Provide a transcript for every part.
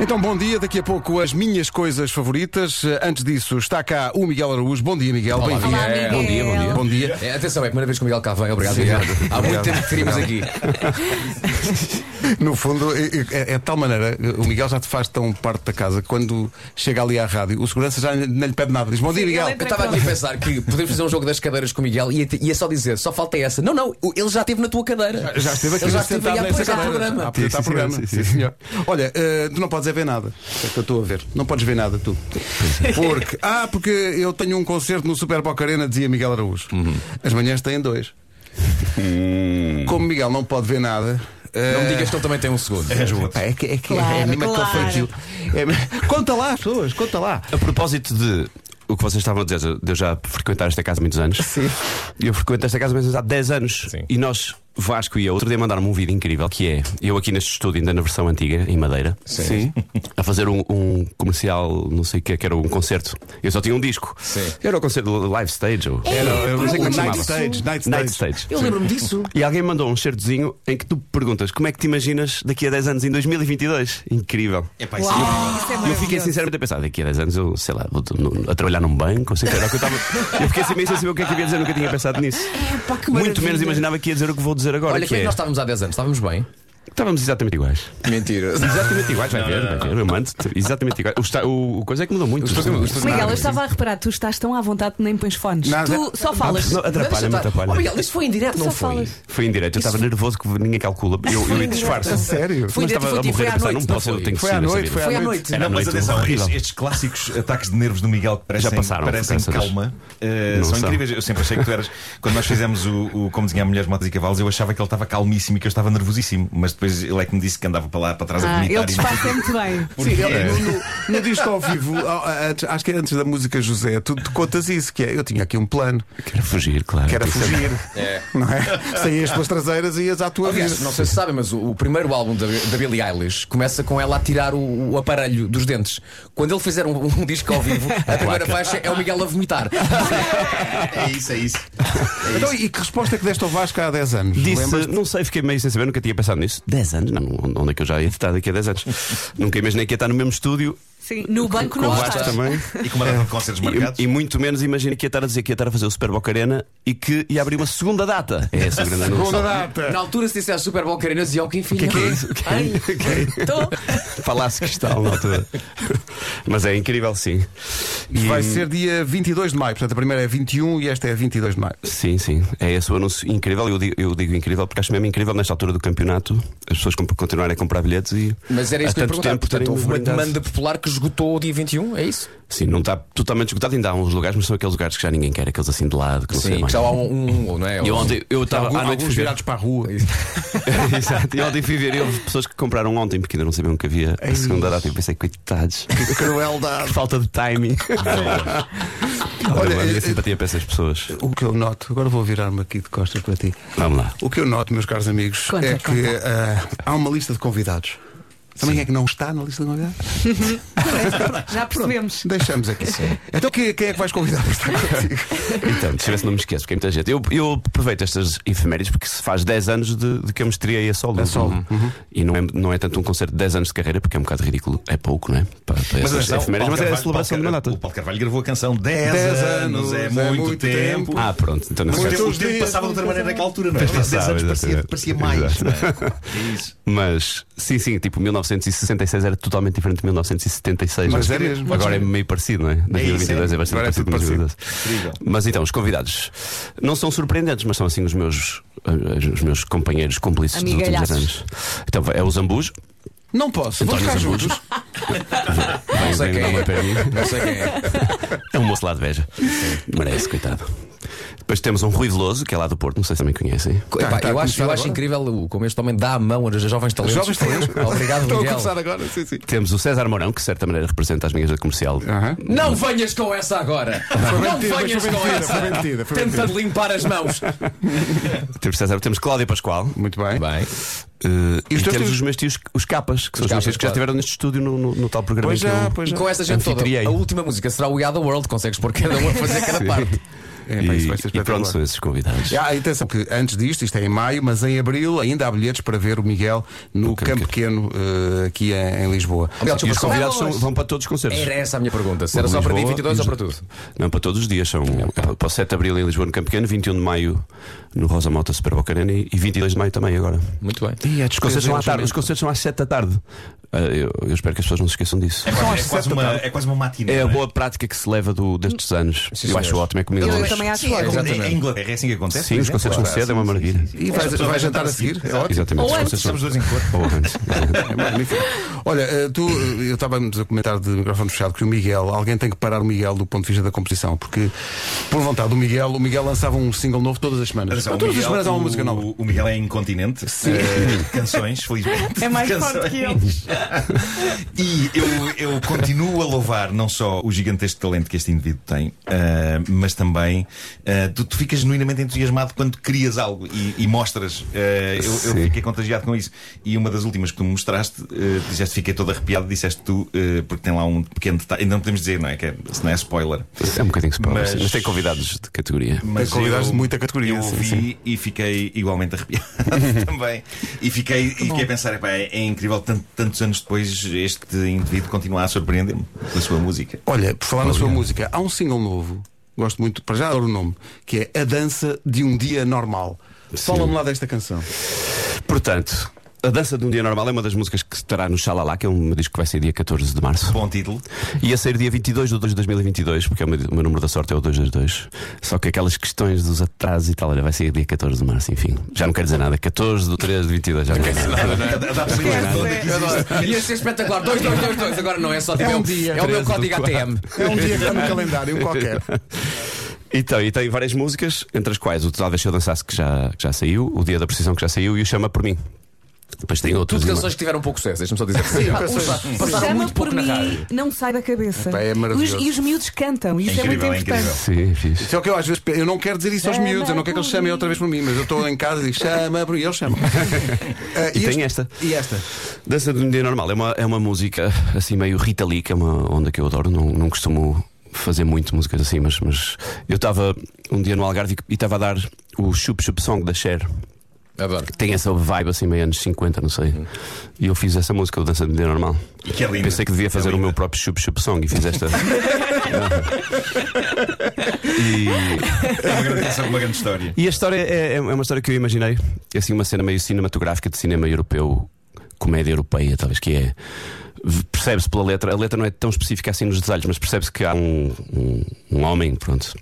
Então, bom dia. Daqui a pouco as minhas coisas favoritas. Eh, Antes disso, está cá o Miguel Araújo. Bom dia, Miguel. Bem-vindo. Olá, É, Miguel. bom dia, bom dia. Bom dia. É, atenção, é a primeira vez que o Miguel cá vem. Obrigado, Miguel. Há muito tempo que teríamos aqui. No fundo, é, é- é de tal maneira, eh, o Miguel já te faz tão parte da casa que quando chega ali à rádio, o segurança já não lhe pede nada. Diz bom dia, Miguel. ele Eu estava aqui a pensar que podemos fazer um jogo das cadeiras com o Miguel e ia- ia só dizer, só falta essa. Não, não, ele já esteve na tua cadeira. Já esteve aqui Ele já sentado esteve aí a nessa apresentar cadeira. A programa. apresentar Sim, sim, programa. sim, Sim, sim. senhor. Olha, eh, tu não podes é ver nada. É que eu estou a ver. Não podes ver nada, tu. Porque, ah, porque eu tenho um concerto no Super Boca Arena, dizia Miguel Araújo. As manhãs têm dois. Como Miguel não pode ver nada. Não me eh, digas que ele também tem um segundo. pá, é que é, que, Claro, é a mesma claro. confeitinho. É mesmo- conta lá as pessoas, conta lá. A propósito de o que vocês estavam a dizer, de eu já frequentar esta casa há muitos anos. Sim. Eu frequento esta casa mais ou menos há 10 anos. E nós, Vasco e eu, outro dia mandaram-me um vídeo incrível que é eu aqui neste estúdio, ainda na versão antiga, em Madeira, Sim. a fazer um, um comercial, não sei o que, é, que era um concerto. Eu só tinha um disco. Sim. Era o concerto do Live Stage ou. Era, eu não sei como é que Night chamava. Stage, Night Night Stage. Stage. Eu lembro-me disso. E alguém mandou um certozinho em que tu perguntas como é que te imaginas daqui a 10 anos em 2022? Incrível. Uau, isso é E eu fiquei maravilhoso. sinceramente a pensar, daqui a 10 anos eu, sei lá, vou no- a trabalhar num banco, sei lá, era o que eu, tava, eu fiquei assim meio sem saber o que é que ia dizer, nunca tinha pensado nisso. Pá, que Muito maravilha. menos imaginava que ia dizer o que vou dizer agora. Olha, que como é é, que nós estávamos há 10 anos? Estávamos bem? Estávamos exatamente iguais. Mentira. Exatamente iguais, vai ver, vai ver, eu mando-te. Exatamente iguais. O, esta- o- o coisa é que mudou muito. Miguel, eu estava a reparar, tu estás tão à vontade que nem pões fones. Nada. Tu só falas. Não, atrapalha, me atrapalha. Oh, Miguel, isso foi em direto, Só não foi? falas. Foi em direto, eu estava nervoso que ninguém calcula. Eu, eu disfarço. Sério? Foi Mas direto, estava foi a tipo, foi morrer à a noite, pensar, não não posso, eu foi? tenho que Foi ser à neste noite, vídeo. foi à Foi à noite. noite. Era Não, mas noite atenção, horrível. estes, estes clássicos ataques de nervos do Miguel que parecem, Já passaram, parecem essas. calma, eh, Não são, são. incríveis. Eu sempre achei que tu eras. Quando nós fizemos o, o Como Desenhar Mulheres, Motas e Cavalos, eu achava que ele estava calmíssimo e que eu estava nervosíssimo, mas depois ele é que me disse que andava para lá, para trás a Ah, vomitar. ele e não sei o disfarça quê. é muito bem. Sim, ele, no, no, no disco ao vivo, a- a- antes- acho que é antes da música José, tu, tu contas isso, que é eu tinha aqui um plano, Quero fugir, claro. que era Tem que ser- fugir, não é? Saías pelas traseiras e ias à tua vida. Aliás, não sei se sabem, mas o, o primeiro álbum da, da Billie Eilish começa com ela a tirar o, o aparelho dos dentes. Quando ele fizer um, um disco ao vivo, a primeira faixa é o Miguel a vomitar. É isso, é isso. Então, e que resposta é que deste ao Vasco há 10 anos? Disse, Lembras-te? não sei, fiquei meio sem saber, nunca tinha pensado nisso. 10 anos? Não, onde- onde é que eu já ia estar daqui a 10 anos? nunca imaginei que ia estar no mesmo estúdio, Sim, no banco com o não Vasco estás. também. E com uma data de concertos marcados. É. E, e muito menos imaginei que ia estar a dizer que ia estar a fazer o Super Boca Arena e que ia abrir uma segunda data. É essa a grande Segunda anúncio. data. Na altura, se dissesse Super Bowl Carina, diziam quem filho. O que é isso? Tô. Falasse que está na altura. Mas é incrível, sim. E- Vai ser dia 22 de maio, portanto a primeira é 21 e esta é 22 de maio. Sim, sim. É esse o anúncio incrível. Eu digo, eu digo incrível porque acho mesmo incrível nesta altura do campeonato as pessoas comp- continuarem a comprar bilhetes e. Mas era isso há que eu ia tanto perguntar. tempo Portanto, terem houve uma brindado. demanda popular que esgotou o dia 21, é isso? Sim, não está totalmente esgotado, ainda há uns lugares, mas são aqueles lugares que já ninguém quer, aqueles assim de lado, que não sei Sim, mais. que já há um, um, um, não é? E eu ontem, eu estava Algum- à noite alguns fui ver. virados para a rua. um- Exato. E ontem fui ver e houve pessoas que compraram ontem porque ainda não sabiam que havia a segunda data. E pensei, coitados, Que Crueldade. que falta de timing. Olha, Olha, a eh, minha simpatia para essas pessoas. O que eu noto, agora vou virar-me aqui de costas para ti. Vamos lá. O que eu noto, meus caros amigos, Conta, é que conta. ah, há uma lista de convidados. Também é que não está na lista de convidados? Já percebemos. Deixamos aqui. Então que- quem é que vais convidar para estar contigo? Então, deixa eu ver se não me esqueço, porque é muita gente. Eu, eu aproveito estas efemérides porque se faz 10 anos de, de que eu me estreiei a solo. A solo, Uhum. E não é, não é tanto um concerto de 10 anos de carreira, porque é um bocado ridículo. É pouco, não é? Para, para Mas, essas atenção, o efemérides, Paulo mas é a Carvalho- celebração Paulo de uma Carvalho- data. O Paulo Carvalho gravou a canção 10, Dez anos, é anos, é muito, muito tempo. tempo. Ah, pronto. Então, nesse Mas caso- o Muitos tempo dias, passava de outra muitas maneira naquela altura, não é? Pois 10 passava, anos parecia, exatamente. parecia mais. não é? É isso. Mas, sim, sim, tipo 1966 era totalmente diferente de 1976. Mas é mesmo. Agora é meio parecido, não é? 2022 é, é. bastante Agora é parecido tudo com 2022. Incrível. Mas então, os convidados não são surpreendentes, mas são assim os meus, eh, os meus companheiros cúmplices dos últimos Amigalhaços. anos. Então, é o Zambujo. Não posso. Vamos António ficar Zambujo. juntos. Vem, sei vem quem dar é. uma perninha. Não sei quem é. É um moço lá de veja. Merece, coitado. Depois temos um Rui Veloso, que é lá do Porto, não sei se também conhecem. Tá, Epá, tá a eu acho, começar eu acho agora? incrível o- como este homem dá a mão aos jovens talentos. Jovens talentos. Obrigado, Estão a Miguel. começar agora. Sim, sim. Temos o César Mourão, que de certa maneira representa as minhas da comercial. Aham. Não venhas com essa agora! Não mentira, mas venhas foi com mentira, essa! foi mentira, foi Tenta mentira. limpar as mãos! Temos, César, temos Cláudia Pascoal. Muito bem. Bem, Eh, e os teus temos tios? os meus tios, os capas, que são os capas, meus tios que já claro. estiveram neste estúdio no, no- no tal programa. Pois em que já, eu pois já. com essa gente toda, anfitriei. a última música será o We Are the World, consegues pôr cada um a fazer cada parte. É, pá, isso vai ser e, e pronto, espetacular. são esses convidados. Ah, atenção que antes disto, isto é em maio, mas em abril ainda há bilhetes para ver o Miguel no, Campo Pequeno, eh, aqui em, em Lisboa. Miguel, E desculpa, os só- convidados são- Vamos. vão para todos os concertos. É Era essa a minha pergunta. Se era O de só para dia Lisboa 22 ou e- para tudo? Não, para todos os dias. São é para o 7 de Abril em Lisboa, no Campo Pequeno, 21 de Maio no Rosa Mota Super Boca Arena e e 22 de Maio também agora. Muito bem. Ih, é Os concertos, são à tarde, desconcertante. os concertos são às 7 da tarde. Ah, eu, eu espero que as pessoas não se esqueçam disso. É quase, é quase uma, é quase uma matina. É a não boa prática que se leva do- destes anos. Sim, eu acho senhor. ótimo. É comida Eu longe. também acho É como- ótimo. Exatamente. Em Inglaterra é assim que acontece? Sim, por os exemplo? concertos são Claro, cedo, é uma sim, maravilha. sim, sim. E vais, vais jantar a seguir? É ótimo. Exatamente. Ou os concertos antes, são- Estamos dois em corpo. Ou antes. É magnífico. Olha, eh, tu, eh, eu estava-nos a comentar de microfone fechado que o Miguel, alguém tem que parar o Miguel do ponto de vista da composição, porque por vontade do Miguel, o Miguel lançava um single novo todas as semanas. Atenção, Não, o todas as Miguel- semanas há uma o- música nova. O Miguel é incontinente. Eh, canções, felizmente. É mais Canções. forte que eles. E eu, eu continuo a louvar não só o gigantesco talento que este indivíduo tem, ah, mas também ah, tu, tu ficas genuinamente entusiasmado quando crias algo e, e mostras. Ah, eu, eu Sim. fiquei contagiado com isso. E uma das últimas que tu me mostraste, ah, disseste, fiquei todo arrepiado, disseste tu, ah, porque tem lá um pequeno detalhe. Ainda não podemos dizer, não é? Que é se não é spoiler. É um bocadinho spoiler, Mas- mas... mas tem convidados de categoria. Mas convidaste de muita categoria, Eu sim, ouvi sim. e fiquei igualmente arrepiado também. E fiquei, e fiquei a pensar: epá, é, é incrível, tanto- tantos anos depois, este indivíduo continua a surpreender-me com a sua música. Olha, por falar na sua música, há um single novo, gosto muito, para já adoro o nome, que é A Dança de um Dia Normal. Fala-me lá desta canção. Portanto, a dança de um dia normal é uma das músicas que estará no Xalala, que é um disco que vai sair dia 14 de março. Bom título. E a sair dia 22 de 2 de 2022, porque é o meu, o meu número da sorte é o 2 das 2. Só que aquelas questões dos atrasos e tal, olha, vai sair dia 14 de março, enfim. Já não quero dizer nada. 14 de 3 de 22, já não quero dizer nada. A- a data mais redonda que existe. Ia ser espetacular. 2, 2, 2, 2. Agora não é só tipo, É um o- dia, É o meu 13 do código quatro. ATM. É um dia que está no calendário qualquer. Então, e tem várias músicas, entre as quais o Talvez Se Eu Dançasse, que já, que já saiu, o Dia da Precisão, que já saiu, e o Chama Por Mim. Depois tem outras. Tudo uma- canções que tiveram um pouco sucesso. Deixa-me só dizer. Sim, passaram Chama muito por pouco na rádio. mim, não sai da cabeça. Epá, é Os- maravilhoso. e os miúdos cantam, isso é, incrível, é muito importante. incrível. Sim, fiz. Só que eu às vezes pe- eu não quero dizer isso aos Chama miúdos, eu não quero que eles por chamem mim. outra vez por mim, mas eu estou em casa e digo, chama por mim", e eles chamam. Ah, E tem este- esta. E esta. Dança de um dia normal é uma, é uma música assim meio Rita Lee, que é uma onda que eu adoro. Não, não costumo fazer muito músicas assim, mas, mas eu estava um dia no Algarve e estava a dar o Chup Chup Song da Cher. Adoro. Tem essa vibe assim, meio anos 50, não sei. E eu fiz essa música, o Dança de um Dia Normal. E que é linda. Pensei que devia É fazer o linda. meu próprio Chup Chup Song e fiz esta. e, É uma grande canção, uma grande história. e a história é, é uma história que eu imaginei. É assim uma cena meio cinematográfica de cinema europeu, comédia europeia, talvez que é. v- Percebe-se pela letra, a letra não é tão específica assim nos detalhes, mas percebe-se que há um, um, um homem, pronto,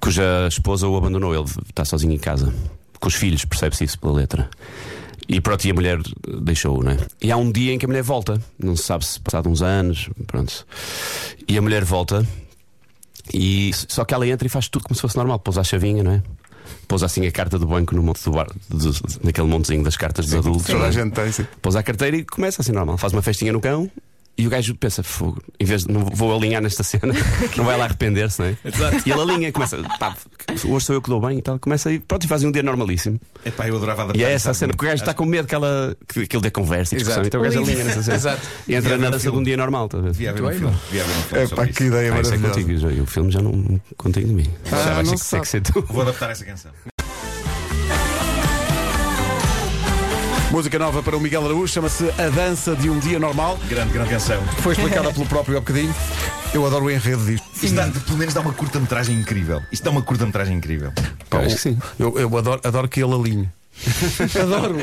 cuja esposa o abandonou, ele está sozinho em casa, com os filhos, percebe-se isso pela letra. E pronto, e a mulher deixou-o, não é? E há um dia em que a mulher volta, não se sabe se passado uns anos, pronto. E a mulher volta, e só que ela entra e faz tudo como se fosse normal, pousa a chavinha, não é? Pousa assim a carta do banco no monte do bar, do- naquele montezinho das cartas dos adultos. Toda não a é? gente tem, sim. Pousa a carteira e começa assim normal. Faz uma festinha no cão e o gajo pensa: fogo, em vez de não vou alinhar nesta cena, não vai lá arrepender-se, não é? E ele alinha, começa: pá, hoje sou eu que dou bem e tal. Começa aí, pronto, e fazem um dia normalíssimo. Epá, eu adorava E adaptar é isto essa a a cena, porque o gajo está com medo que, ela, que, que ele dê conversa e discussão. Exato. Então o gajo alinha nessa cena. Exato. E entra Devia na haver um dança de um filme. dia normal, estás a ver? Devia haver um Muito bem, filme. Devia haver um filme É sobre pá, isso. que ideia Ah, isso é maravilhosa. contigo, e o filme já não contém de mim. Ah, já vais não ter que, sabe. ter que ser tu. Vou adaptar essa canção. Música nova para o Miguel Araújo, chama-se A Dança de um Dia Normal. Grande, grande canção. Foi explicada pelo próprio há bocadinho. Eu adoro o enredo disto. Isto dá, pelo menos dá uma curta-metragem incrível. Isto dá uma curta-metragem incrível. Pá, acho o- que sim. Eu, eu adoro, adoro que ele alinhe. adoro.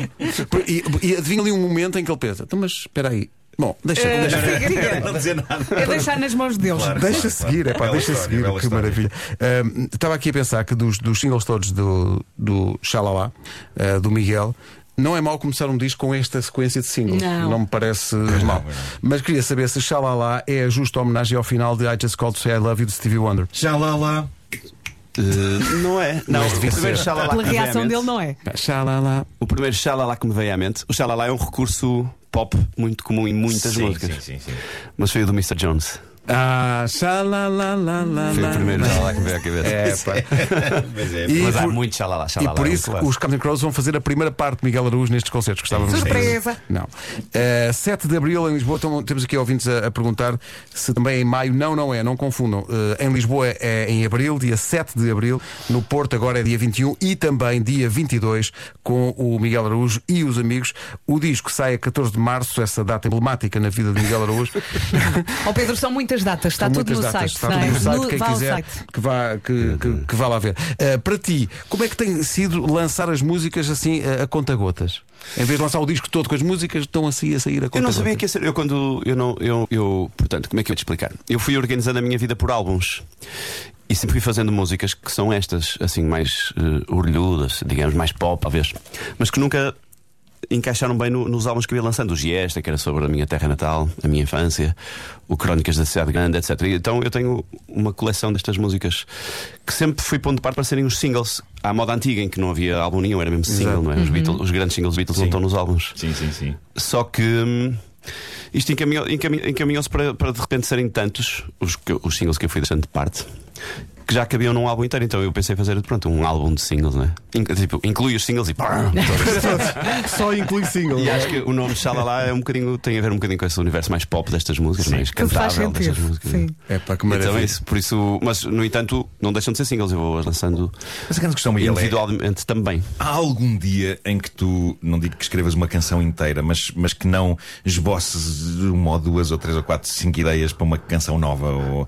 E, e adivinha ali um momento em que ele pensa: então, mas espera aí. Bom, deixa, Eh, deixa, Diga, diga. Não dizer nada. É deixar nas mãos deles. Claro, deixa claro, seguir, é claro. pá, Bela deixa história, seguir, bela que história. maravilha. Ahm, Estava aqui a pensar que dos, dos singles todos do, do Xalala, ah, do Miguel. Não é mau começar um disco com esta sequência de singles. Não. me parece é não, mal. pois não. Mas queria saber se Xalala é a justa homenagem ao final de I Just Called to Say I Love You de Stevie Wonder. Já lá lá. Eh, não é. Não, o primeiro xalala Pela que me reação veio à dele, mente- não é? Ah, Xalala. O primeiro xalala que me veio à mente. O xalala é um recurso pop muito comum em muitas sim, músicas. sim, sim, sim. Mas foi o do Mr. Jones. Ah, xalalalala. Foi o primeiro xalala que me veio à cabeça. É, pá. Mas é, E Mas há por- muito xalala, E xalala. por é um isso clássico. os Captain Crows vão fazer a primeira parte de Miguel Araújo nestes concertos. Gostava Surpresa! Não. Eh, 7 de Abril em Lisboa, então, temos aqui ouvintes a, a perguntar se também é em maio. Não, não é, não confundam. Eh, em Lisboa é em Abril, dia 7 de Abril. No Porto agora é dia 21 e também dia 22 com o Miguel Araújo e os amigos. O disco sai a 14 de Março, essa data emblemática na vida de Miguel Araújo. Ó Pedro, são muitas datas, está São tudo muitas no datas, site. Está tudo não é? no site, No- quem vá ao quiser site. que vá, que, que- que vá lá ver. Eh, para ti, como é que tem sido lançar as músicas assim eh, a conta-gotas? Em vez de lançar o disco todo com as músicas, estão assim a sair a Eu conta não sabia que ia ser. Eu quando. Eu não. Eu, eu, portanto, como é que eu ia te explicar? Eu fui organizando a minha vida por álbuns. E sempre fui fazendo músicas que são estas, assim, mais eh, orelhudas, digamos, mais pop, talvez. Mas que nunca encaixaram bem no- nos álbuns que eu ia lançando. O Giesta, que era sobre a minha terra natal, a minha infância, o Crónicas da Cidade Grande, etc. E Então eu tenho uma coleção destas músicas que sempre fui pondo de parte para serem os singles. À moda antiga, em que não havia álbum nenhum, era mesmo single, não é? Os, Beatles, os grandes singles Beatles não Sim. estão nos álbuns. Sim, sim, sim. Só que hum, isto encaminhou- encamin- encaminhou-se para, para de repente serem tantos os, que eu- os singles que eu fui deixando de parte que já cabiam num álbum inteiro. Então eu pensei fazer pronto, um álbum de singles, né? In, tipo, inclui os singles e pá! Só inclui single. é? e acho que o nome Xalala é um bocadinho, tem a ver um bocadinho com esse universo mais pop destas músicas, mais Tudo faz cantável destas sentido. músicas. Sim. É pá, que Então é maravilha. isso, por isso, mas no entanto, não deixam de ser singles, eu vou as lançando Mas a grande questão, Miguel, é, individualmente também. Há algum dia em que tu, não digo que escrevas uma canção inteira, mas, mas que não esboces uma ou duas ou três ou quatro, cinco ideias para uma canção nova ou,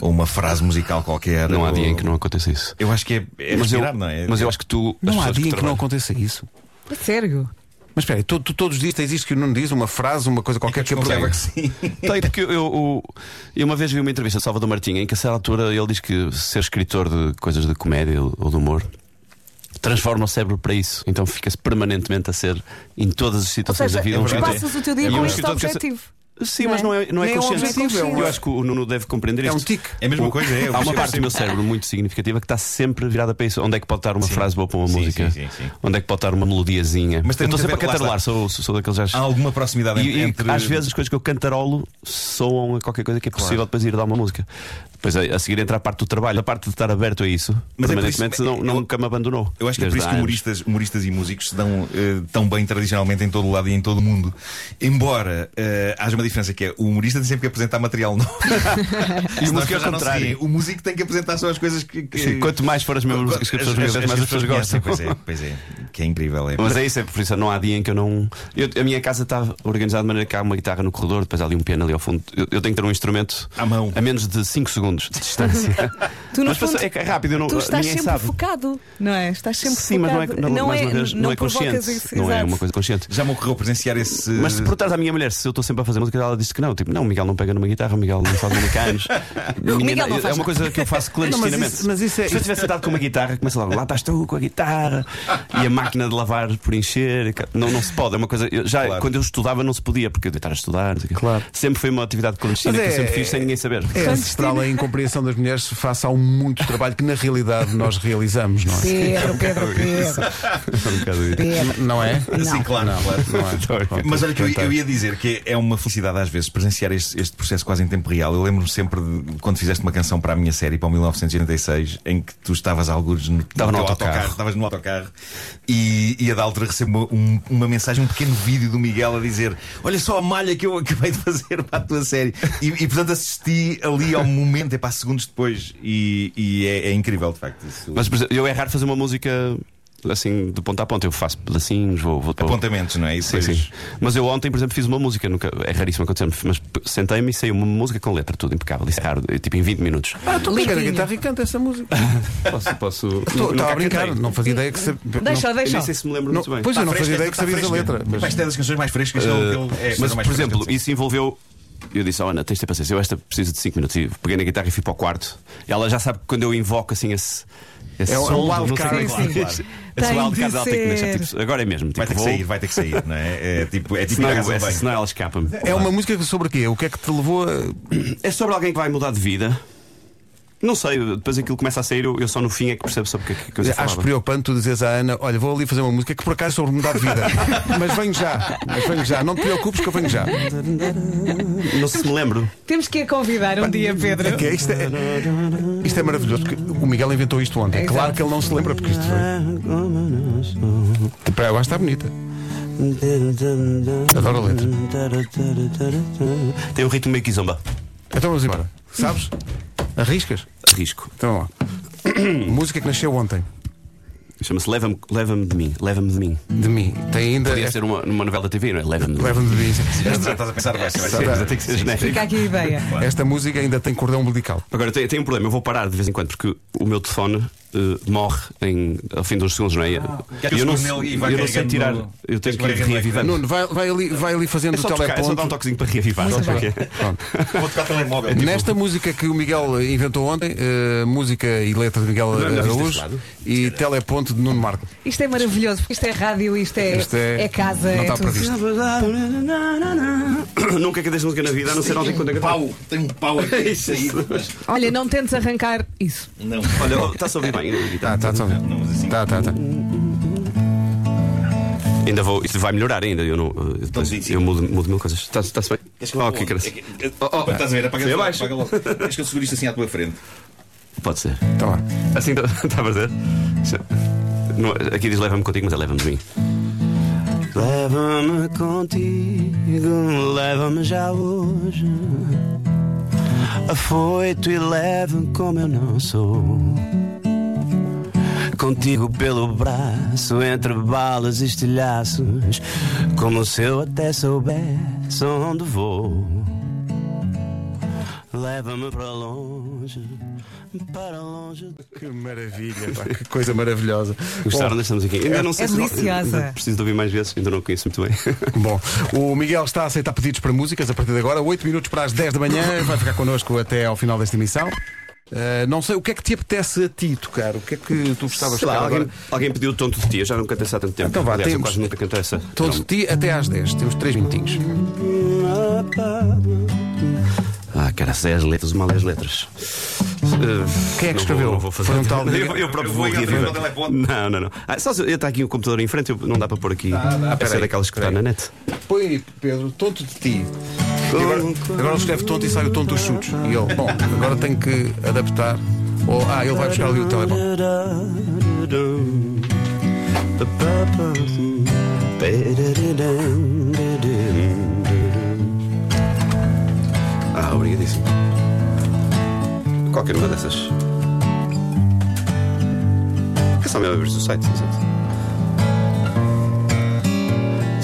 ou uma frase musical qualquer? Não há dia em ou- que não aconteça isso. Eu acho que é, é mas, eu, respirar, não é? mas eu acho que tu. as Não há pessoas dia em que não trabalham- aconteça isso. É sério. Mas espera, aí, to- to- todos os dias tens isto que o Nuno diz, uma frase, uma é coisa qualquer É que eu Desconfiava proponho. que sim. Tem, porque eu, eu- eu uma vez vi uma entrevista de Salvador Martinha em que a certa altura ele diz que ser escritor de coisas de comédia ou de humor transforma o cérebro para isso. Então fica-se permanentemente a ser em todas as Ou situações seja, da vida. um tu escritor. passas o teu dia E um com este escritor que- objetivo. Sim, Não mas é? não é, não é Nem é um consciente. objetivo, é um- Eu acho que o Nuno deve compreender É isto. um tique. É a mesma O- coisa, é. Há uma parte do meu cérebro muito significativa que está sempre virada para isso. Onde é que pode estar uma frase boa para uma Sim, música? sim, sim, sim. Onde é que pode estar uma melodiazinha? Mas eu estou tem muito a sempre a ver- lá cantarolar, está. sou, Ah, sou daqueles gajos. Há alguma proximidade E, e entre. às vezes as coisas que eu cantarolo soam a qualquer coisa que é possível depois ir dar uma música. Depois a, a seguir entra a parte do trabalho, a parte de estar aberto a isso. Mas é por isso- permanentemente não, não eu- nunca me abandonou. Eu acho que é por Desde há isso que anos. humoristas, humoristas e músicos se dão eh, tão bem tradicionalmente em todo o lado e em todo o mundo. Embora eh, haja uma diferença que é o humorista tem sempre que apresentar material novo. E o Senão músico é as o é pessoas já não se contrário. riem. O músico tem que apresentar só as coisas que. que- Sim, quanto mais for as mesmas músicas que as pessoas conhecem, mais as pessoas gostam. conhecem. Pois é, pois é. Que é incrível. É. Mas é isso, é por isso não há dia em que eu não. eu- a minha casa está organizada de maneira que há uma guitarra no corredor, depois há ali um piano ali ao fundo. Eu, eu tenho que ter um instrumento À mão. a menos de 5 segundos de distância. Tu, no Mas fundo, passa- é que é rápido, eu não, tu estás ninguém sempre sabe. focado, não é? Estás sempre Sim, mas não é, focado. não, mais é, uma vez, não é provocas consciente. Isso, não é exato. uma coisa consciente. Já me ocorreu presenciar esse. Mas se perguntares à minha mulher se eu estou sempre a fazer música, ela disse que não. Tipo, não, o Miguel não pega numa guitarra, o Miguel não faz mecanos. Miguel não é faz uma nada. coisa que eu faço clandestinamente. Não, mas isso- mas isso é- Se eu estivesse sentado com uma guitarra, começa logo, lá estás tu com a guitarra e a máquina de lavar por encher. e ca- Não, não se pode. É uma coisa. eu- já Claro. quando eu estudava, não se podia, porque eu devia estar a estudar. não sei o quê. Claro. Sempre foi uma atividade clandestina Mas que eu é- sempre fiz sem ninguém saber. É ancestral a incompreensão das mulheres face ao muito trabalho que na realidade nós realizamos, não é? Pedro, Pedro, Pedro. Um bocado isso. Pedro. Não é? Sim, claro, claro. Não é? Mas olha que eu, eu ia dizer que é uma felicidade às vezes presenciar este, este processo quase em tempo real. Eu lembro-me sempre de quando fizeste uma canção para a minha série, para o 1986, em que tu estavas algures no, Estava no teu autocarro. estavas no autocarro e, e a da altura recebo um- uma mensagem, um pequeno vídeo do Miguel a dizer: Olha só a malha que eu acabei de fazer para a tua série. E, e, portanto assisti ali ao momento, é para segundos depois, e, e é, é incrível de facto isso. Mas por exemplo, eu é raro fazer uma música assim de ponta a ponta. Eu faço pedacinhos, vou. vou vou- Apontamentos, não é? E Sim, depois- sim. Mas eu ontem, por exemplo, fiz uma música, nunca, é raríssimo acontecer, mas p- sentei-me e saiu uma música com letra, tudo impecável. Isso é raro, eh, tipo em 20 minutos. Ah, tu liga a Limpinho. guitarra e canta essa música. Posso. posso Estava a brincar, Não, não fazia ideia que. sab- Deixa, eu deixa. nem sei se me lembro não- muito bem. Tá Pois eu não Fresca, fazia ideia que está sabias a fresca. letra. Mas mas- tem é das canções mais frescas. Ah, ele- ele- é a mas, por coisa mais fresca exemplo, dele, sim. isso envolveu. Eu disse, oh, Ana, tens de ter paciência. Eu esta preciso de 5 minutos. E peguei na guitarra e fui para o quarto. E ela já sabe que quando eu invoco assim esse. esse É o- é o som do- wild não sei card. o quê, Sim, sim. Esse Tem wild de card ela tem que ser. mexer. Tipo, agora é mesmo. Tipo, Vai ter que vou, sair, vai ter que sair, não é? É tipo, é tipo ir Senão, à casa de essa- banho. senão ela escapa-me. É uma música sobre o quê? O que é que te levou a. É sobre alguém que vai mudar de vida Não sei, depois aquilo começa a sair, eu eu só no fim é que percebo sobre o que é que a coisa Acho falava. preocupante tu dizeres à Ana: Olha, vou ali fazer uma música que por acaso é sobre mudar de vida. mas venho já, mas venho já. Não te preocupes que eu venho já. Não sei se me lembro. Temos que a convidar um dia, Pedro. É que isto, é, isto é maravilhoso. porque O Miguel inventou isto ontem. Exato. Claro que ele não se lembra porque isto foi. Para agora está bonita. Adoro a letra. Tem um ritmo meio que zomba. Então vamos embora. Sabes? Arriscas? Risco. Então lá. música que nasceu ontem. Chama-se Leva-me Leva de mim. Leva-me de mim. De mim. Tem ainda. É. Podia ser uma, numa novela da TV, não é? Leva-me de mim. Leva-me de mim. Já estás a pensar, vai ser, vai Sim, ser. mas tem que ser é- genérico. Fica aqui a ideia. Esta música ainda tem cordão umbilical. Agora, tem, tem um problema, eu vou parar de vez em quando, porque o meu telefone eh, morre em, ao fim de uns segundos, não é? Quer eu Ah. que não, eu sei- nele e vai eu não sei carregando tirar, no- eu Tens tenho que que ir vai carregando no reavivando. Nuno, vai, vai ali, vai ali fazendo É o só, tocar, é só dar um teleponto. toquezinho para reavivar. Muito só bem. porque- Pronto. Vou tocar telemóvel. Nesta música que o Miguel inventou ontem, eh, música e letra de Miguel é visto Araújo deste lado? e teleponto de Nuno Marco. Isto é maravilhoso, porque isto é rádio, isto é, Isto é- casa, não é está tudo. previsto. Nunca que música na vida, a não ser ontem quando é eu Tipo, pau, tem um pau aqui. Isso, isso. Olha, não tentes arrancar isso. Não, Olha, oh, está-se a ouvir bem. a guitarra. Tá, tá, tá. não, mas assim. Tá, tá, tá. Ainda vou, isto vai melhorar ainda, eu não. eh, depois sim, sim. eu mudo, mudo mil coisas. Está- Está-se bem? Queres que eu Oh, vou- que graça. é que- Oh, Estás a ver? Apaga Foi logo, abaixo. apaga logo. Queres que eu segure isto assim à tua frente? Pode ser. Então Tá lá. Assim está tá a fazer? Não, aqui diz leva-me contigo, mas é leva-me de mim. Leva-me contigo, leva-me já hoje. Afoito e leve como eu não sou. Contigo pelo braço, entre balas e estilhaços. Como se eu até soubesse onde vou. Leva-me para longe, para longe. Que maravilha, pá, que coisa maravilhosa. Gostaram desta musiquinha? Ainda não sei é se deliciosa. ainda Preciso de ouvir mais vezes, ainda não conheço muito bem. Bom, o Miguel está a aceitar pedidos para músicas a partir de agora, 8 minutos para as 10 da manhã, vai ficar connosco até ao final desta emissão. Eh, não sei o que é que te apetece a ti tocar, o que é que tu gostavas de Sei lá, tocar alguém, agora? alguém pediu o tonto de tia, já não cantei isso há tanto tempo. Então vá, Aliás, eu temos- quase nunca canto essa. Então, de ti até às 10, temos 3 minutinhos. Ah, cara, sei as letras, mal é as letras. Ah, Quem é que escreveu? Não vou, não vou fazer. Foi um tal- eu, eu próprio Eu vou vou ir aqui. ao dizer. telemóvel. Não, não, não. Ah, só, se- está aqui o computador em frente, eu- não dá para pôr aqui. essa é daquelas que está na net. Põe aí, Pedro, tonto de ti. E agora, agora ele escreve tonto e sai o tonto dos chutes. E ele, bom, agora tenho que adaptar. Ou, ah, ele vai buscar ali o telemóvel. Ah, obrigadíssimo. Qualquer uma dessas. É só mesmo abrir o site, sim, sim.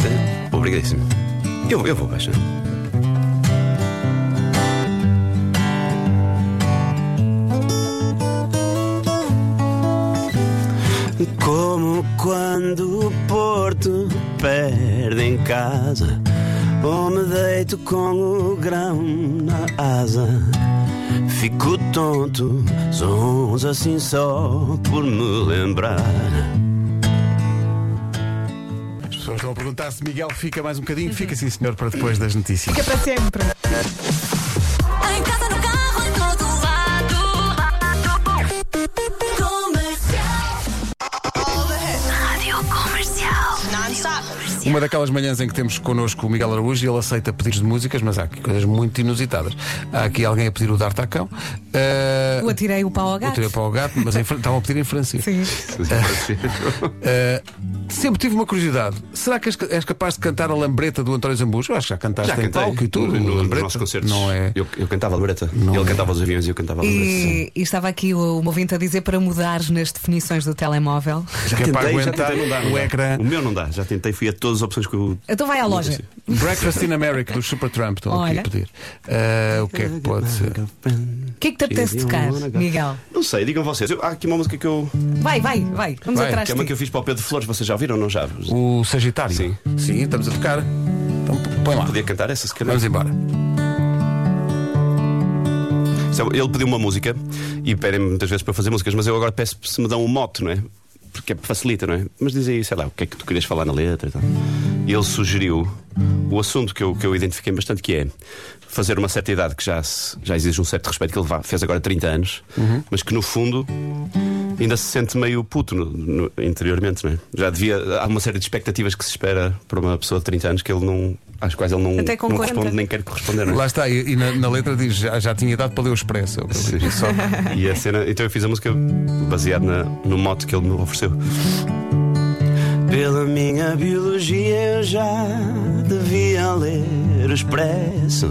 Sim, Obrigadíssimo. Eu, eu vou baixar. Como quando o Porto perde em casa, ou me deito com o grão na asa. Fico tonto, sons assim só por me lembrar. As pessoas estão a perguntar se Miguel fica mais um bocadinho. Fica sim, senhor, para depois das notícias. Fica para sempre. Em casa, no carro, em todo lado. Comercial. Rádio comercial. Non-stop. Uma daquelas manhãs em que temos connosco o Miguel Araújo e ele aceita pedidos de músicas, mas há aqui coisas muito inusitadas. Há aqui alguém a pedir o Dar Tacão. Eu atirei o pau ao gato. tirei para Ah, É. o gato, mas em fran- estavam a pedir em francês. Sim. Sempre tive uma curiosidade. Será que és, ca- és capaz de cantar a lambreta do António Zambujo? Eu acho que já cantaste em palco e tudo. no, no, nos lambreta. nossos concertos. Não é? eu, eu cantava a Loreta. Ele cantava os aviões e eu cantava a Loreta. sim. E, e estava aqui o, o ouvinte a dizer para mudares nas definições do telemóvel. Já que é para Tentei, já aguentar tentei, não dá, não o dá. ecrã. O meu não dá, já tentei, fui a todas as opções que eu. Então vai à loja. Breakfast in America do Supertramp. Estão aqui Olha. a pedir. Ah, o que é que pode ser? O que é que te apetece tocar, um Miguel? Não sei, digam vocês. Eu- há aqui uma música que eu. Vai, vai, vai. Vamos Vai, atrás Que de é uma que eu ti. fiz para o Pedro Flores, vocês já ouviram ou não já? O Sagitário. Sim. Sim, estamos a tocar. Então põe lá. Podia cantar essa, se calhar. Vamos embora. Sabe, Ele pediu uma música e pedem-me muitas vezes para fazer músicas, mas eu agora peço é se me dão um mote, não é? Porque facilita, não é? Mas dizem, sei lá, o que é que tu querias falar na letra e tal. e ele sugeriu o assunto que eu, que eu identifiquei bastante, que é fazer uma certa idade que já, se- já exige um certo respeito, que ele vá- fez agora 30 anos, mas que no fundo ainda se sente meio puto no- no- interiormente, não é? Já devia. Há uma série de expectativas que se espera para uma pessoa de 30 anos que ele não. às quais ele não, Até com não 40. corresponde nem quer corresponder, não é? Lá está, e, e na, na letra diz já, já tinha idade para ler o expresso. é o que ele diz. Só- E a cena, então eu fiz a música baseada na- no mote que ele me ofereceu. Pela minha biologia eu já devia ler o expresso.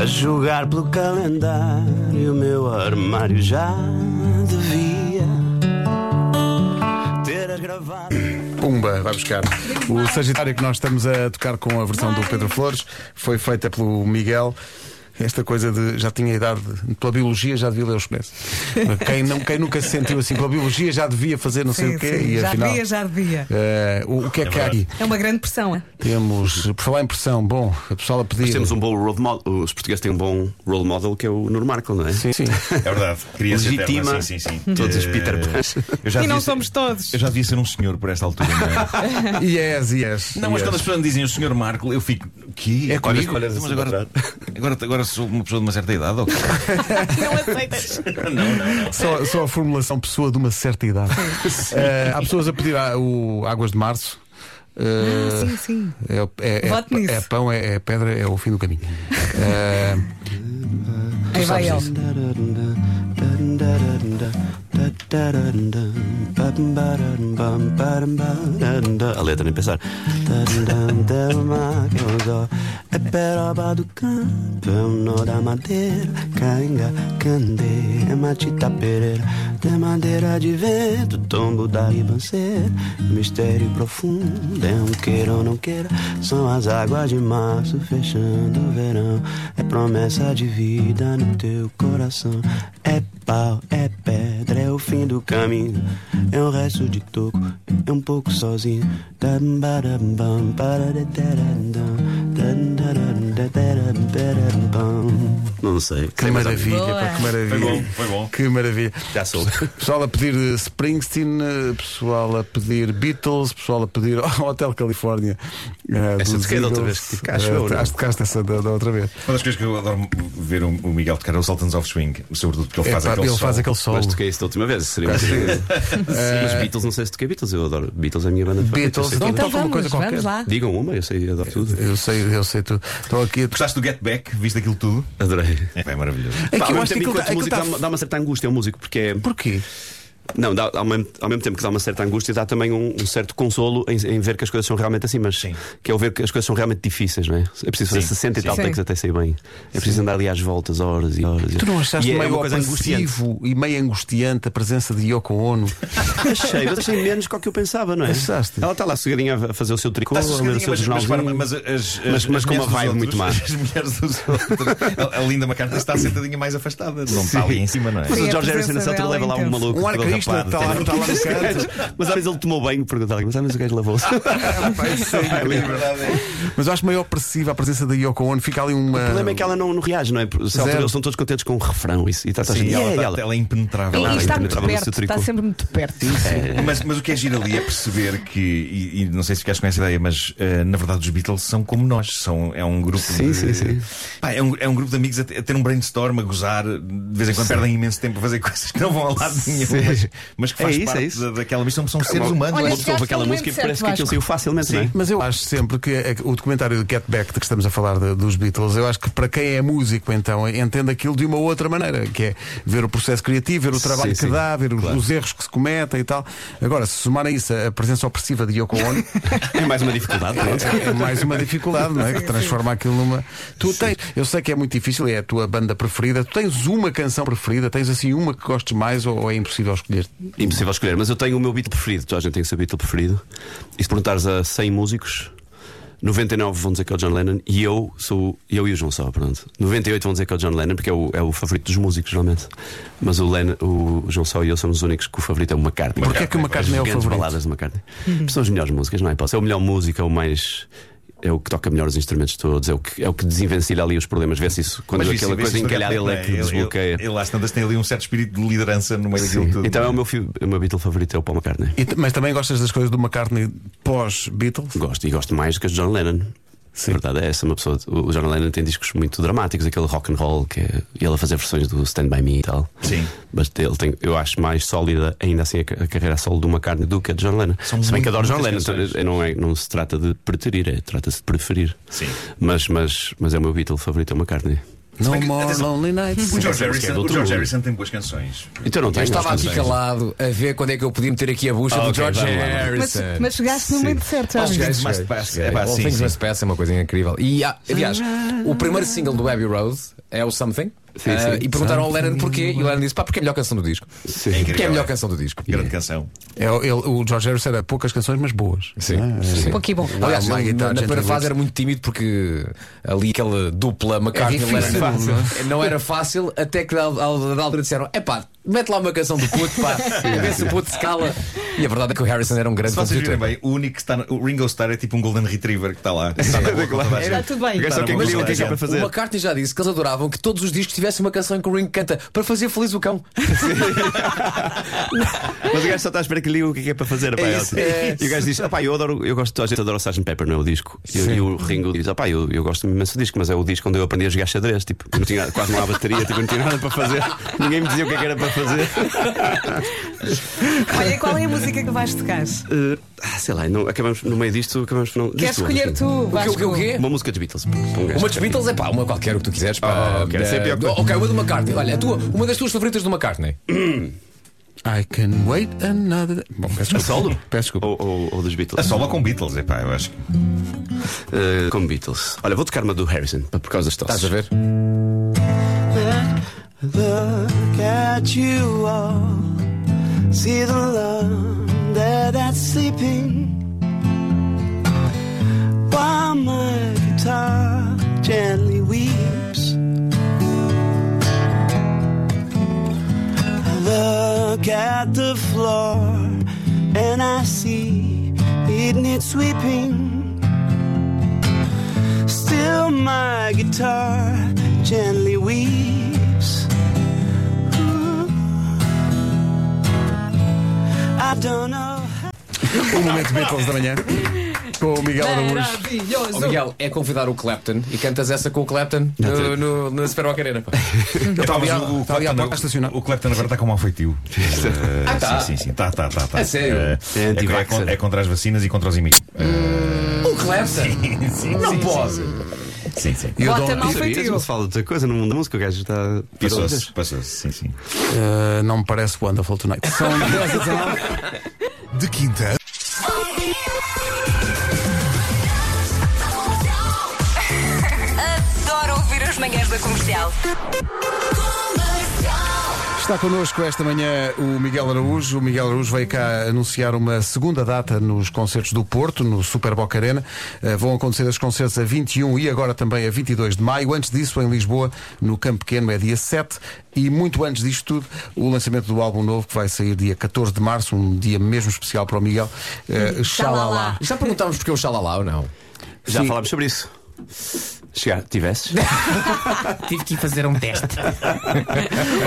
A julgar pelo calendário, o meu armário já devia ter agravado. Pumba, vai buscar. O Sagitário que nós estamos a tocar com a versão do Pedro Flores foi feita pelo Miguel. Esta coisa de já tinha idade, pela biologia já devia ler os expresso. Quem, não, quem nunca se sentiu assim, pela biologia já devia fazer não sei Sim, o quê, sim, e já afinal. devia, já devia. eh, o, o que é, que há aí? É uma grande pressão. é? Temos, por falar em pressão, bom, a pessoa a pedir. Nós temos um bom role model, os portugueses têm um bom role model que é o Normarco, não é? Sim, sim. É verdade. Criança Legitima eterna, sim, sim, sim. todos os Eh, Peter Pans. Eu já E não devia ser- somos todos. Eu já devia ser um senhor por esta altura, não é? Yes, yes. Não, mas yes. quando as pessoas me dizem o senhor Marco, eu fico. Que? É comigo? Olha, mas agora, agora, agora sou uma pessoa de uma certa idade? ou quê? Não aceitas. Só, só a formulação pessoa de uma certa idade. Eh, há pessoas a pedir ah, o Águas de Março. Eh, Ah, sim, sim. É, é- é- Vote nisso. é pão, é, é pedra, é o fim do caminho. Eh, Aí vai sabes ele. A letra nem pensar. É peroba do campo, é o nó da madeira, cainga, candeia, é matita pereira, de madeira de vento, tombo da ribanceira, mistério profundo, é um queira ou não queira, são as águas de março fechando o verão, é promessa de vida no teu coração, é pau, é pedra, é o fim do caminho, é um resto de toco, é um pouco sozinho, Dam, badam, bam, paradeteradam, dan, daram, dateram, daram, bam. Não sei. Que maravilha, Boa. pá, que maravilha. Foi bom, foi bom. Que maravilha. Já sou. Pessoal a pedir eh, Springsteen, eh, pessoal a pedir Beatles, pessoal a pedir Hotel Califórnia. eh, Essa dos de quem da outra Eagles. vez que tive cá, acho Eh, eu, não? é? Acho que tocaste essa da, da outra vez. Uma das coisas que eu adoro ver o o Miguel tocar é o Sultans of Swing, sobretudo porque ele faz Epá, aquele ele som. faz aquele solo. Mas toquei isso da última vez. Seria uma coisa. Mas Beatles, não sei se toquei Beatles. Eu adoro. Beatles é a minha banda favorita. eu É. Beatles, sei não tudo. Então toca uma coisa vamos, qualquer. vamos lá. Digam uma, eu sei, eu adoro tudo. Eu sei, eu sei tudo. Estou aqui a Gostaste do Get Back? Viste aquilo tudo? Adorei. É, é maravilhoso. É Pá, que ao eu mesmo acho que tempo, aquilo enquanto tá- aquilo música tá- dá, dá uma certa angústia ao músico, porque é. Porquê? Não, dá, ao, mesmo, ao mesmo tempo que dá uma certa angústia, dá também um, um certo consolo em, em ver que as coisas são realmente assim, mas que é o ver que as coisas são realmente difíceis, não é? É preciso fazer Sim, 60 e tal sim. takes até sair bem. É preciso andar ali às voltas, horas e horas. Tu não achaste e é meio uma coisa angustiante. opressivo e meio angustiante a presença de Yoko Ono? Achei, mas achei menos do que eu pensava, não é? Achaste? Tá Ela está lá sossegadinha a fazer o seu tricô, a Está ler o sossegadinho, seu mas, mas, jornalzinho. para- mas as- as- Mas- as mas com mulheres uma dos vibe muito má. outros- As mulheres dos outros. A, a Linda McCartney está sentadinha mais afastada. Não está ali em cima, não é? Mas Sim, o a George Harrison presença nessa altura dela é leva lá um intensa. Um maluco. todo arcaísta, rapado, tá lá- até- tá lá no canto. é. Mas às vezes ele tomou banho, perguntava mas às vezes o gajo lavou-se. é Mas eu acho meio opressiva a presença da Yoko Ono. Fica ali uma. O problema é que ela não, não reage, não é? Se ela- Zero. Eles são todos contentes com o refrão isso, e tá, tá, Sim, e ela, é está- ela. ela é impenetrável. E Nada, está ainda muito estava no seu perto. tricô. Está sempre muito perto. Mas, mas o que é giro ali é perceber que, e, e não sei se ficaste com essa ideia, mas eh, na verdade os Beatles são como nós. São, é um grupo Sim, de. sim, sim. Pá, é, um, é um grupo de amigos a, te- a ter um brainstorm, a gozar. De vez em quando perdem imenso tempo a fazer coisas que não vão a lado nenhum, mas, mas que É faz isso, é parte isso. da- daquela missão. São seres humanos. Olha, Uma não é? pessoa ouve aquela Chegaste ao música e momento parece que certo, aquilo saiu facilmente, não é? Mas eu acho sempre que eh, o documentário do Get Back de que estamos a falar de- dos Beatles, eu acho que para quem é músico, então, entende aquilo de uma outra maneira, que é ver o processo criativo, ver o trabalho Sim, que sim. dá, ver os- Claro. os erros que se cometem e tal. Agora, se somarem isso a a presença opressiva de Yoko Ono, É mais uma dificuldade, pronto. é mais uma dificuldade, não é? Que transforma aquilo numa. Tu tens, eu sei que é muito difícil, é a tua banda preferida, tu tens uma canção preferida, tens assim uma que gostes mais ou, ou é impossível escolher? Impossível escolher, mas eu tenho o meu beat preferido. Toda a gente tem o seu beat preferido. E se perguntares a 100 músicos, 99 vão dizer que é o John Lennon e eu sou eu e o João Só, pronto. 98 vão dizer que é o John Lennon porque é o, é o favorito dos músicos, geralmente. Mas o, Lennon, o João Só e eu somos os únicos que o favorito é o McCartney. Porquê é que o McCartney é o As grandes favorito? Uhum. baladas de McCartney. São as melhores músicas, não é? hipótese. É o melhor música, o é mais. é o que toca melhor os instrumentos todos, é o que, é o que desenvencilha ali os problemas. Vê-se isso quando Mas aquela vê-se- coisa vê-se no encalhada ele Gatling, é que não desbloqueia. Ele, ele às tantas tem ali um certo espírito de liderança no meio daquilo Sim. tudo. Então é o meu, fi- o meu Beatle favorito, é o Paul McCartney. E t- mas também gostas das coisas do McCartney pós-Beatles? Gosto, e gosto mais do que as de John Lennon. A verdade é essa, uma pessoa. O John Lennon tem discos muito dramáticos, aquele rock and roll que é ele a fazer versões do Stand By Me e tal. Sim. Mas ele tem, eu acho mais sólida ainda assim a, ca- a carreira solo do McCartney do que a de John Lennon. São se bem que muito- adoro John Lennon, muitas então, não, é, não se trata de preterir, é, trata-se de preferir. Sim. Mas, mas, mas é o meu Beatle favorito, é o McCartney. No bem que- more atenção. lonely nights. O George Essa música é Harrison, do o outro George mundo. Harrison tem boas canções. Então não Eu tem estava gosto aqui dos dois. calado a ver quando é que eu podia meter aqui a bucha Ah, do ok, George vai lá, vai lá. Mas, Harrison. mas chegaste no momento certo, já Acho que viste? Things Must Pass. É pá, All sim, Things sim. Must Pass é uma coisa incrível. E, ah, aliás, o primeiro single do Abbey Road é o Something. Sim, Ah, sim. e perguntaram ao Lennon porquê. E o Lennon disse: pá, porque é a melhor canção do disco. Sim. É incrível. Que é a melhor canção do disco. Grande canção. É, o- ele- o George Harrison era poucas canções, mas boas. Sim, sim. Pouco e bom. Aliás, Wild ele, Guitar, na, na Gentle primeira Lips. fase era muito tímido porque ali aquela dupla McCartney difícil, Lennon não não era fácil, até que da- da da altura disseram: é pá, mete lá uma canção do puto, pá, a ver se o puto se cala. E a verdade é que o Harrison era um grande Se vocês compositor. virem bem, o único que está. no- O Ringo Starr é tipo um Golden Retriever que está lá. Está na boca de toda a gente. Está tudo bem. O gajo só Tá quer na que boa o que é que é para vontade. fazer. O McCartney já disse que eles adoravam que todos os discos tivessem uma canção em que o Ringo canta para fazer feliz o cão. Mas o gajo só está a esperar que lhe diga o que é que é para fazer. pá, É é isso, ótimo. é E o gajo diz: "Ah, pá, eu adoro, eu gosto, a gente adora o Sgt. Pepper, não é o disco. E, e o Ringo diz: "Ah, pá, eu, eu gosto imenso do disco, mas é o disco onde eu aprendi a jogar xadrez. Tipo, eu não tinha, quase não há bateria, tipo, eu não tinha nada para fazer. Ninguém me dizia o que é que era para fazer. Olha, qual é a música que vais tocar? Eh, ah, sei lá, não, acabamos no meio disto, assim. acabamos por não. diz Queres tu, é escolher diz tu, O quê, Vasco? o quê, o quê? Uma música dos Beatles. Um gajo Uma dos quer- Beatles é pá, uma qualquer o que tu quiseres. Pá, Ah, ok, essa é pior que Da- tem. ok, uma do McCartney. Olha, a tua, uma das tuas favoritas do McCartney. I can wait another day. Bom, peço desculpa. Um Solo? Peço desculpa. Ou, ou, ou dos A Beatles. solo com Beatles, é pá, eu acho. que- Eh, com Beatles. Olha, vou tocar uma do Harrison, pá, por causa das tosses. Estás a ver? Look at you all. See the love that that's sleeping. While my guitar gently weeps. I look at the floor and I see it needs sweeping. Still, my guitar gently weeps. Ooh. I don't know. O momento Beatles da manhã. Com o Miguel Araújo. Oh, Maravilhoso. Miguel, é convidar o Clapton e cantas essa com o Clapton no, no, na Super Rock Arena. pá. Ele está Epá, ali mas à- o- o está ali à Clapton- porta. O Clapton agora está com mau feitio. Ah, tá. Sim, sim, sim. Tá, tá, tá, tá. A sério? Eh, É é, co- é, anti-vaxxer. con- é contra as vacinas e contra os imigrantes. O Clapton? Sim, sim, Não sim, pode. Sim, sim. E o Bota Dom- mal Sabias? feitio. Não se fala de outra coisa no mundo da música, o gajo está. Passou-se, passou-se, sim, sim. Eh, não me parece Wonderful Tonight. São 10 e 19. De quinta Adoro ouvir as manhãs da comercial. Está connosco esta manhã o Miguel Araújo. O Miguel Araújo veio cá anunciar uma segunda data nos concertos do Porto, no Super Boca Arena. Eh, vão acontecer os concertos a 21 e agora também a 22 de maio. Antes disso, em Lisboa, no Campo Pequeno, é dia 7. E muito antes disto tudo, o lançamento do álbum novo, que vai sair dia 14 de março, um dia mesmo especial para o Miguel. Eh, Xalala. Já perguntámos porque é o Xalala ou não? Já Sim. falámos sobre isso. Chegar, tivesses? Tive que ir fazer um teste.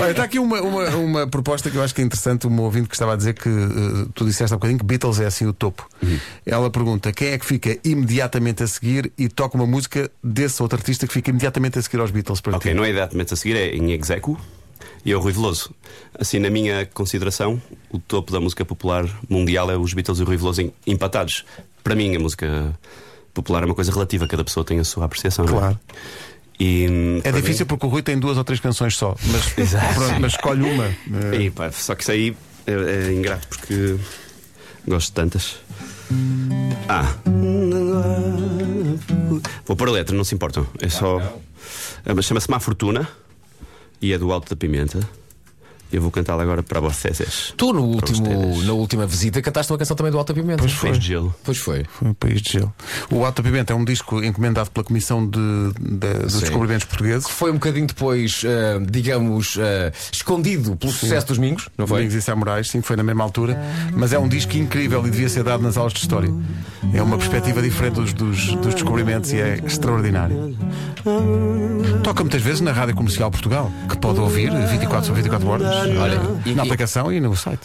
Olha, está aqui uma, uma, uma proposta que eu acho que é interessante. Uma ouvinte que estava a dizer que eh, tu disseste há bocadinho que Beatles é assim o topo. Ela pergunta quem é que fica imediatamente a seguir e toca uma música desse outro artista que fica imediatamente a seguir aos Beatles para ok, ti. não é imediatamente a seguir, é em execo e é o Rui Veloso. Assim, na minha consideração, o topo da música popular mundial é os Beatles e o Rui Veloso em- empatados. Para mim, a música popular é uma coisa relativa, cada pessoa tem a sua apreciação. não é? Claro. E, hum, É para difícil porque o Rui tem duas ou três canções só, mas, pronto, mas escolhe uma. Eh, E, pá, só que isso aí é, é ingrato porque gosto de tantas. Ah, vou pôr a letra, não se importam. Ah, É só. É, mas Chama-se Má Fortuna e é do Alto da Pimenta. Eu vou cantá-la agora para vocês. Tu, no último, vocês. na última visita, cantaste uma canção também do Alta Pimenta. Pois Fez de gelo. Pois foi. Foi um país de gelo. O Alta Pimenta é um disco encomendado pela Comissão de, de- dos Sim. Descobrimentos Portugueses. Que foi um bocadinho depois, ah, digamos, ah, escondido pelo sucesso dos Mingos, não foi? Domingos e Samurais, sim, foi na mesma altura, mas é um disco incrível e devia ser dado nas aulas de história. É uma perspectiva diferente dos, dos, dos descobrimentos e é extraordinário. Toca muitas vezes na Rádio Comercial Portugal, que pode ouvir 24 sobre 24 horas Olha, e- na e- aplicação e no site.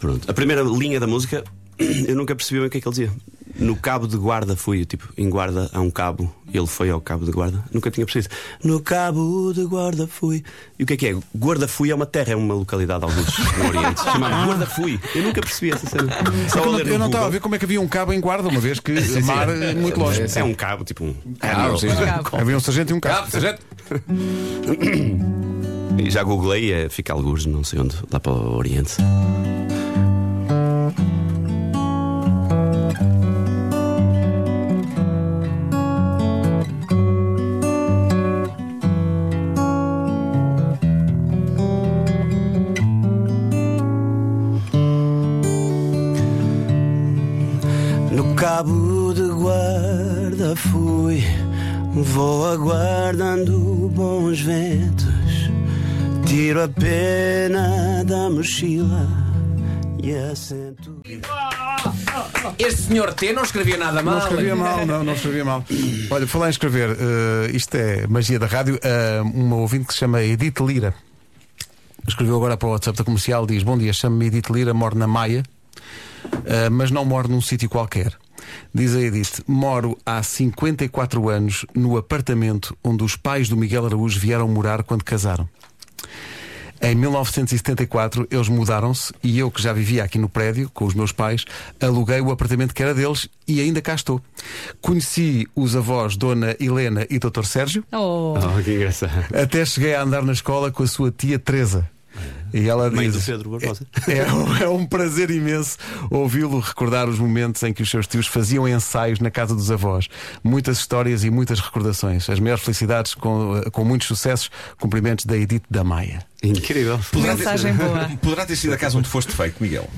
Pronto. A primeira linha da música, eu nunca percebi bem o que é que ele dizia. No cabo de guarda fui, tipo, em guarda há um cabo, ele foi ao cabo de guarda, nunca tinha percebido. No cabo de guarda fui. E o que é que é? Guarda fui é uma terra, é uma localidade, alguns no Oriente, chamada Guarda fui. Eu nunca percebi essa cena. Só Hum. Eu ao não- ler no eu não Google. estava a ver como é que havia um cabo em guarda, uma vez que mar é muito longe. É um cabo, tipo um. Ah, sim. Havia um sargento e um Ah, cabo. sargento. E Já googlei, é, fica algures, não sei onde, lá para o Oriente. No cabo de guarda fui, vou aguardando bons ventos. Tiro a pena da mochila e assento. Este senhor T não escrevia nada mal. Não escrevia mal, não, não escrevia mal. Olha, falar em escrever, eh, isto é magia da rádio. eh, uma ouvinte que se chama Edith Lira escreveu agora para o WhatsApp da comercial: diz, Bom dia, chamo-me Edith Lira, moro na Maia, eh, mas não moro num sítio qualquer. Diz a Edith: Moro há 54 anos no apartamento onde os pais do Miguel Araújo vieram morar quando casaram. Em 1974 eles mudaram-se e eu, que já vivia aqui no prédio com os meus pais, aluguei o apartamento que era deles e ainda cá estou. Conheci os avós Dona Helena e Dr. Sérgio, Oh, Oh, que engraçado. até cheguei a andar na escola com a sua tia Teresa. E ela Mãe diz: do Pedro Barbosa. é, um- é um prazer imenso ouvi-lo recordar os momentos em que os seus tios faziam ensaios na casa dos avós. Muitas histórias e muitas recordações. As maiores felicidades com, com muitos sucessos. Cumprimentos da Edith da Maia. é Incrível. Mensagem boa. Poderá ter sido a casa onde foste feito, Miguel.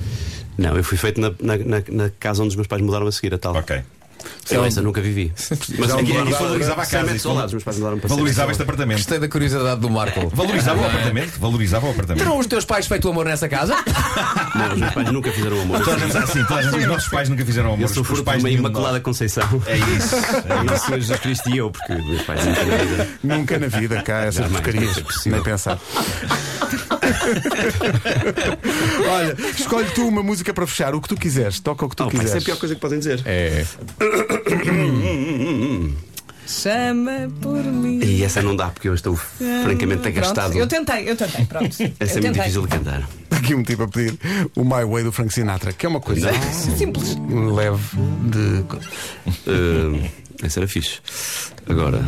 Não, eu fui feito na, na- na- na casa onde os meus pais mudaram a seguir, a tal. Ok. Eu essa nunca vivi. Mas Não, aqui, aqui valorizava- valorizava a cem casa. metros isso ao não- lado, os meus pais mudaram para Valorizava este apartamento. Gostei da curiosidade do Marco. Valorizava o apartamento? Valorizava o apartamento. Terão os teus pais feito amor nessa casa? Não, os meus pais nunca fizeram amor. Toda a gente assim, toda a gente- os nossos pais nunca fizeram amor. Eu sou Os- os furo pais pais uma nenhum de nós. Imaculada Conceição. É isso. É isso, Jesus Cristo e eu, porque os meus pais nunca viram. Nunca na vida cá essas Jamais, porcarias. não é possível. Nem pensar. Olha, escolhe tu uma música para fechar, o que tu quiseres, toca o que tu Oh, pá, quiseres. Isso é a pior coisa que podem dizer. É. Chama por mim. E essa não dá, porque eu estou francamente Hum, Pronto, agastado. Eu tentei, eu tentei, pronto. Essa eu é muito tentei. difícil de cantar. Aqui um tipo a pedir o My Way do Frank Sinatra, que é uma coisa Simples. leve de. co- Hum, Ah, essa era fixe. Agora,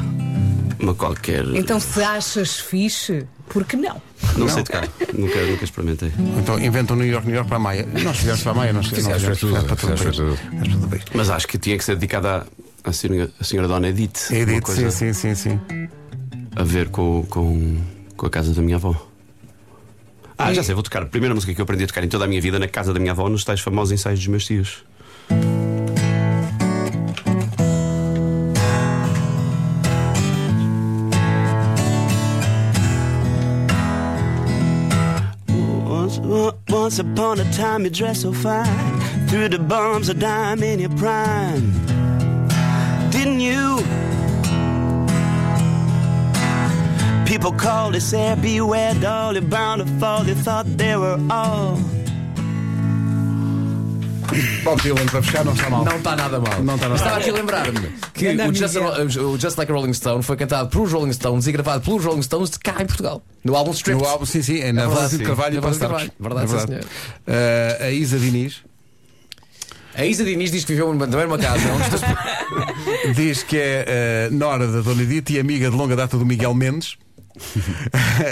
uma qualquer. Então, se achas fixe, por que não? não sei tocar. nunca, nunca experimentei. Então inventam New York, New York para a Maia. Nós fizemos para a Maia, nós fizemos, nós é Fizeste fizemos para tudo, para todo o fizeste país. Fizemos para todo o país. Mas acho que tinha que ser dedicada à, à senhora, à senhora Dona Edith. uma Edith, coisa sim, É sim, sim, sim. A ver com, com, com a casa da minha avó. Ah, já sei, vou tocar a primeira música que eu aprendi a tocar em toda a minha vida na casa da minha avó, nos tais famosos ensaios dos meus tios. Once, once upon a time you dressed so fine Threw the bombs a dime in your prime Didn't you? People called, they said beware doll You're bound to fall, they thought they were all Bob Dylan para fechar não está mal. Não está nada mal. Não está nada Estava mal. aqui a lembrar-me que Ganda o Just, Miguel. o Just Like a Rolling Stone foi cantado pelos Rolling Stones e gravado pelos Rolling Stones de cá em Portugal. No álbum Strip. No álbum, sim, sim, é na verdade, Valentim sim. Carvalho e Na para Valentim Sarpes. Carvalho. Verdade, É sim, verdade. Ah, A Isa Diniz A Isa Diniz diz que viveu numa- também numa casa. onde os teus- diz que é ah, nora da Dona Edith e amiga de longa data do Miguel Mendes.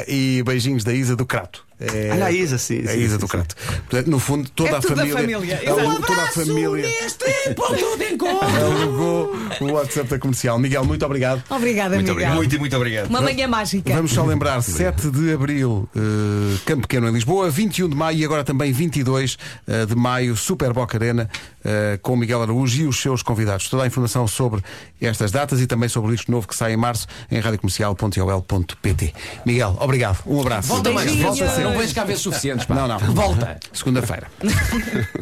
e beijinhos da Isa do Crato. É, Olha a Isa, sim, A sim, Isa sim, do sim. Crato. Portanto, no fundo, toda É a tudo a família. família, ela- exato. toda a família Neste ponto de encontro. alugou o WhatsApp da comercial. Miguel, muito obrigado. Obrigada, Muito Miguel. obrigado. Muito e muito obrigado. Uma manhã mágica. Vamos só lembrar, 7 de Abril, eh, Campo Pequeno em Lisboa, 21 de Maio e agora também 22 eh, de Maio, Super Boca Arena, eh, com Miguel Araújo e os seus convidados. Toda a informação sobre estas datas e também sobre o disco novo que sai em Março em radiocomercial.ol.pt Miguel, obrigado, um abraço. Volta mais Beijinhos. vezes. Volta sempre. Não vens cá vezes suficientes, pá. Não, não. Volta. Segunda-feira.